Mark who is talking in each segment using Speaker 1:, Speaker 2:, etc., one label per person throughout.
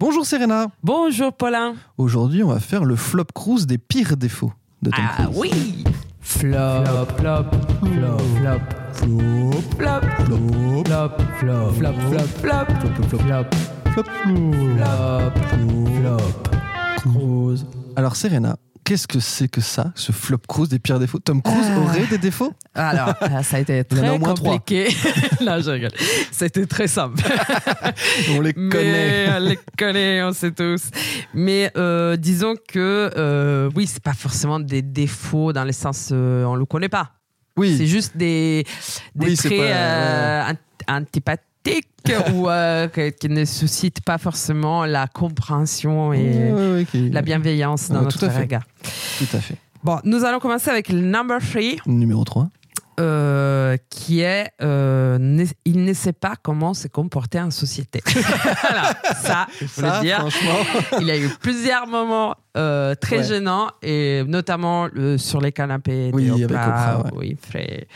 Speaker 1: Bonjour Serena.
Speaker 2: Bonjour Paulin.
Speaker 1: Aujourd'hui, on va faire le flop cruise des pires défauts de Tom
Speaker 2: Ah
Speaker 1: Cruise.
Speaker 2: oui Flop, flop, flop, flop, flop, flop, flop, flop, flop, flop, flop, flop, flop,
Speaker 1: Flop
Speaker 2: flop, Cruise.
Speaker 1: Alors Serena, qu'est-ce que c'est que ça, ce flop cruise des pires défauts Tom Cruise
Speaker 2: Ah.
Speaker 1: aurait des défauts
Speaker 2: Alors, ah, ça a été
Speaker 1: Il y en a au
Speaker 2: très
Speaker 1: moins trois.
Speaker 2: compliqué. Là, je rigole. C'était très simple.
Speaker 1: On les connaît.
Speaker 2: Mais on les connaît, on sait tous. Mais euh, disons que euh, oui, c'est pas forcément des défauts dans le sens euh, on le connaît pas. C'est
Speaker 1: Oui,
Speaker 2: juste des, des
Speaker 1: Oui, c'est
Speaker 2: traits
Speaker 1: pas-
Speaker 2: euh, ant- antipathiques ou euh, que- qui ne suscitent pas forcément la compréhension et
Speaker 1: Ouais, ouais, ouais, qui-
Speaker 2: la bienveillance dans
Speaker 1: Ouais, tout
Speaker 2: notre
Speaker 1: à fait.
Speaker 2: regard.
Speaker 1: Tout à fait.
Speaker 2: Bon, nous allons commencer avec le number three,
Speaker 1: Numéro 3.
Speaker 2: euh, qui est euh, ne- il ne sait pas comment se comporter en société. Voilà, ça, il faut
Speaker 1: Ça,
Speaker 2: le dire.
Speaker 1: franchement,
Speaker 2: Il a eu plusieurs moments euh, très
Speaker 1: Ouais.
Speaker 2: gênants, et notamment euh, sur les canapés
Speaker 1: Oui,
Speaker 2: de
Speaker 1: avec
Speaker 2: Oprah,
Speaker 1: Oprah,
Speaker 2: Winfrey,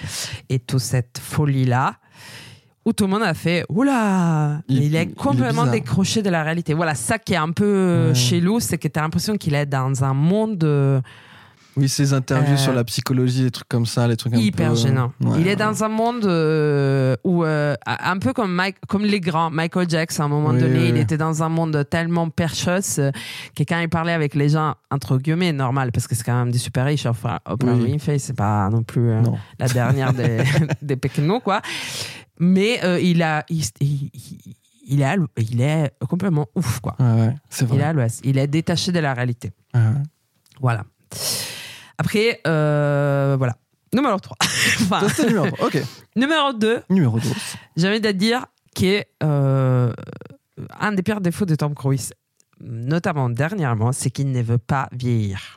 Speaker 2: et toute cette folie-là, où tout le monde a fait « Oula !»
Speaker 1: Il-
Speaker 2: Mais Il
Speaker 1: il
Speaker 2: est
Speaker 1: est
Speaker 2: complètement
Speaker 1: bizarre.
Speaker 2: décroché de la réalité. Voilà, ça qui est un peu euh,
Speaker 1: Ouais.
Speaker 2: chelou, c'est que tu as l'impression qu'il est dans un monde euh,
Speaker 1: oui, ces interviews
Speaker 2: Euh,
Speaker 1: sur la psychologie, des trucs comme ça, les trucs un
Speaker 2: hyper
Speaker 1: peu- euh,
Speaker 2: gênant.
Speaker 1: Ouais,
Speaker 2: il est
Speaker 1: ouais.
Speaker 2: dans un monde euh, où, euh, un peu comme, Mike, comme les grands, Michael Jackson, à un moment
Speaker 1: Oui,
Speaker 2: donné,
Speaker 1: oui,
Speaker 2: il
Speaker 1: oui.
Speaker 2: était dans un monde tellement percheux euh, que quand il parlait avec les gens, entre guillemets, normal, parce que c'est quand même des super riches, enfin, Oprah
Speaker 1: Oui.
Speaker 2: Winfrey, c'est pas non plus euh,
Speaker 1: Non.
Speaker 2: la dernière des, des Pékinons, quoi. Mais euh, il, a, il, il, il, est à l'ou- il est complètement ouf, quoi.
Speaker 1: Ouais, ouais, c'est
Speaker 2: Il est
Speaker 1: vrai.
Speaker 2: à l'ouest. Il est détaché de la réalité.
Speaker 1: Ouais, ouais.
Speaker 2: Voilà. Après, euh, voilà. Numéro 3.
Speaker 1: Ça,
Speaker 2: enfin,
Speaker 1: c'est le numéro 3. Ok.
Speaker 2: Numéro 2,
Speaker 1: Numéro 2.
Speaker 2: j'ai envie de dire qui est euh, un des pires défauts de Tom Cruise, notamment dernièrement, c'est qu'il ne veut pas vieillir.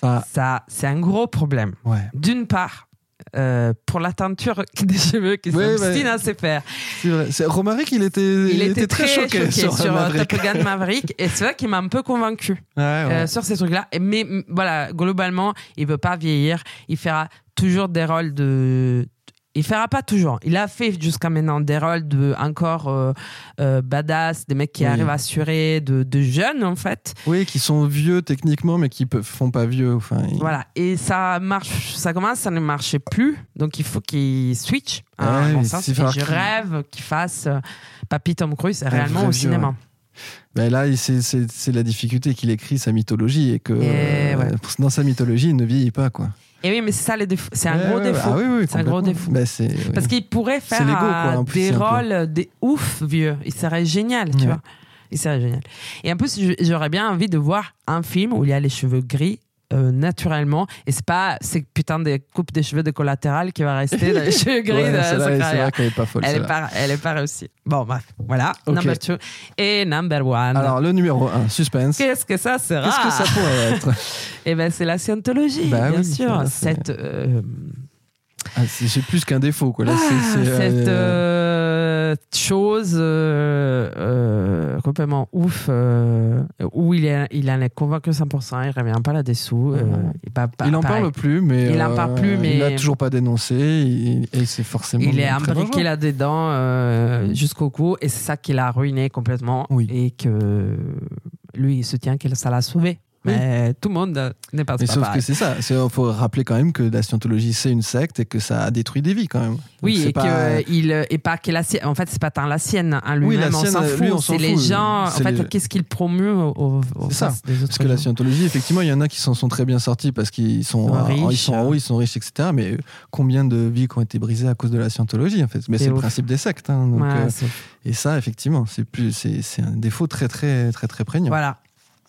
Speaker 1: Ça,
Speaker 2: Ça, c'est un gros problème.
Speaker 1: Ah, ouais.
Speaker 2: D'une part, euh, pour la teinture des cheveux qui
Speaker 1: Oui,
Speaker 2: s'obstine
Speaker 1: ouais.
Speaker 2: à se faire.
Speaker 1: C'est vrai. C'est- Romaric, il était,
Speaker 2: Il, était, très choqué, sur, euh,
Speaker 1: Maverick.
Speaker 2: Top Gun Maverick et c'est vrai qu'il m'a un peu convaincu.
Speaker 1: Ouais, ouais.
Speaker 2: Euh, sur ces trucs-là. Et- Mais mm, voilà, globalement, il veut pas vieillir. Il fera toujours des rôles de. Il fera pas toujours. Il a fait jusqu'à maintenant des rôles de encore euh, euh, badass, des mecs qui
Speaker 1: Oui.
Speaker 2: arrivent à assurer, de, de jeunes en fait.
Speaker 1: Oui, qui sont vieux techniquement, mais qui ne font pas vieux. Enfin, ils-
Speaker 2: Voilà. Et ça marche, ça commence, ça ne marchait plus. Donc il faut qu'il switch. hein, à
Speaker 1: Ouais, Ah
Speaker 2: mon
Speaker 1: mais
Speaker 2: sens.
Speaker 1: s'il
Speaker 2: Et
Speaker 1: va
Speaker 2: je
Speaker 1: qu'il-
Speaker 2: rêve qu'il fasse euh, Papy Tom Cruise réellement
Speaker 1: vrai
Speaker 2: au
Speaker 1: vieux,
Speaker 2: cinéma.
Speaker 1: Ben là, il- c'est- c'est c'est la difficulté qu'il écrit sa mythologie et que euh,
Speaker 2: Et ouais.
Speaker 1: pour- dans sa mythologie, il ne vieillit pas. quoi.
Speaker 2: Et oui, mais c'est ça les défauts. C'est un
Speaker 1: Ouais,
Speaker 2: gros
Speaker 1: ouais, ouais.
Speaker 2: défaut.
Speaker 1: Ah oui, oui,
Speaker 2: C'est un gros
Speaker 1: complètement.
Speaker 2: défaut.
Speaker 1: Ben, c'est- oui.
Speaker 2: Parce qu'il pourrait faire
Speaker 1: C'est l'ego, quoi,
Speaker 2: euh,
Speaker 1: en plus,
Speaker 2: des
Speaker 1: c'est un peu.
Speaker 2: rôles, euh, des ouf vieux. Il serait génial, tu
Speaker 1: Ouais.
Speaker 2: vois. Il serait génial. Et en plus, je- j'aurais bien envie de voir un film où il y a les cheveux gris. euh, naturellement et c'est pas ces putains de coupes de cheveux de collatéral qui va rester dans les cheveux gris
Speaker 1: Ouais,
Speaker 2: de euh, sa
Speaker 1: celle-là, C'est
Speaker 2: carrière
Speaker 1: vrai qu'elle n'est pas folle.
Speaker 2: elle est
Speaker 1: celle-là.
Speaker 2: pas elle est pas réussie bon bref voilà
Speaker 1: Ok.
Speaker 2: number two et number one
Speaker 1: Alors, le numéro 1, suspense.
Speaker 2: qu'est-ce que ça sera
Speaker 1: Qu'est-ce que ça pourrait être
Speaker 2: et ben c'est la scientologie
Speaker 1: Bah
Speaker 2: bien
Speaker 1: oui,
Speaker 2: sûr
Speaker 1: voilà, c'est-
Speaker 2: cette euh,
Speaker 1: Ah, c'est- C'est plus qu'un défaut. Quoi. Là, c'est-
Speaker 2: Ah,
Speaker 1: c'est, euh,
Speaker 2: cette euh, chose euh, euh, complètement ouf euh, où il, est, il en est convaincu 100%, il revient pas là-dessous. euh,
Speaker 1: Ouais.
Speaker 2: il va pas-
Speaker 1: Ah. il n'en
Speaker 2: pareil.
Speaker 1: parle plus, mais euh,
Speaker 2: Il en parle plus, mais-
Speaker 1: il l'a toujours pas dénoncé, et, et c'est forcément.
Speaker 2: Il est
Speaker 1: très dangereux.
Speaker 2: imbriqué là-dedans euh, jusqu'au cou et c'est ça qui l'a ruiné complètement
Speaker 1: Oui.
Speaker 2: et que lui il soutient que ça l'a sauvé.
Speaker 1: Oui.
Speaker 2: Mais tout le monde euh, n'est pas,
Speaker 1: Mais
Speaker 2: pas
Speaker 1: sauf
Speaker 2: pareil.
Speaker 1: que c'est ça. Il faut rappeler quand même que la scientologie, c'est une secte et que ça a détruit des vies quand même. Donc
Speaker 2: Oui,
Speaker 1: c'est
Speaker 2: et,
Speaker 1: pas-
Speaker 2: que, euh, il, et pas que la sienne. En fait, c'est pas tant la sienne en
Speaker 1: Oui, la
Speaker 2: lui-même, on
Speaker 1: sienne,
Speaker 2: s'en
Speaker 1: lui, on
Speaker 2: fout.
Speaker 1: s'en
Speaker 2: C'est les
Speaker 1: fout.
Speaker 2: gens. En
Speaker 1: C'est
Speaker 2: fait,
Speaker 1: les-
Speaker 2: qu'est-ce qu'il promue au, au, au
Speaker 1: C'est ça.
Speaker 2: face des autres
Speaker 1: Parce que la
Speaker 2: gens.
Speaker 1: scientologie, effectivement, il y en a qui s'en sont très bien sortis parce qu'ils sont,
Speaker 2: sont
Speaker 1: euh, ils
Speaker 2: riches. hein.
Speaker 1: sont en haut, ils sont riches, etc. Mais combien de vies qui ont été brisées à cause de la scientologie, en fait Mais
Speaker 2: C'est
Speaker 1: c'est le
Speaker 2: ouf.
Speaker 1: principe des sectes. hein, donc,
Speaker 2: Ouais,
Speaker 1: euh,
Speaker 2: c'est-
Speaker 1: et ça, effectivement, c'est plus, c'est, c'est un défaut très, très, très, très prégnant.
Speaker 2: voilà.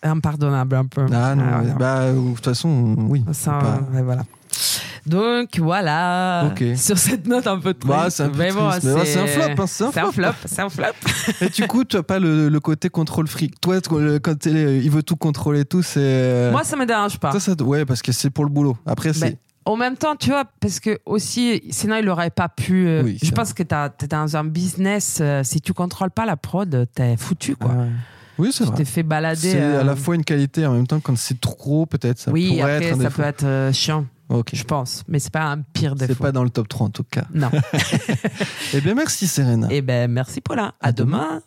Speaker 2: Impardonnable un peu.
Speaker 1: Ah, non,
Speaker 2: Ah,
Speaker 1: ouais,
Speaker 2: ouais.
Speaker 1: bah, ou, de toute façon, oui.
Speaker 2: Ça, euh,
Speaker 1: pas-
Speaker 2: ouais, voilà. Donc voilà.
Speaker 1: Ok.
Speaker 2: Sur cette note un peu triste.
Speaker 1: Bah, c'est un peu
Speaker 2: mais bon,
Speaker 1: triste, mais ouais, c'est un flop, hein, c'est un
Speaker 2: C'est un flop. C'est un flop.
Speaker 1: Et du coup, tu as pas le, le côté contrôle fric. Toi, t- le- quand t'es- euh, il veut tout contrôler, tout, c'est.
Speaker 2: Moi, Ben, ça me dérange pas.
Speaker 1: Euh, Ça, ça- ouais, parce que c'est pour le boulot. Après, c'est.
Speaker 2: Mais en même temps, tu vois, parce que aussi, sinon, il aurait pas pu. euh,
Speaker 1: Oui,
Speaker 2: je
Speaker 1: ça.
Speaker 2: pense que t'as- t'es dans un business. euh, si tu contrôles pas la prod, t'es foutu, quoi.
Speaker 1: Ah Ouais. Oui, c'est
Speaker 2: tu
Speaker 1: vrai.
Speaker 2: t'es fait balader.
Speaker 1: C'est
Speaker 2: euh,
Speaker 1: à la fois une qualité et en même temps, quand c'est trop, peut-être, ça
Speaker 2: oui,
Speaker 1: pourrait
Speaker 2: après,
Speaker 1: être un
Speaker 2: ça
Speaker 1: défaut.
Speaker 2: peut être euh, chiant,
Speaker 1: Ok.
Speaker 2: je pense. Mais c'est pas un pire défaut.
Speaker 1: C'est pas dans le top 3 en tout cas.
Speaker 2: Non.
Speaker 1: Eh bien, merci Serena.
Speaker 2: Eh ben, merci, Paula. À,
Speaker 1: À
Speaker 2: demain.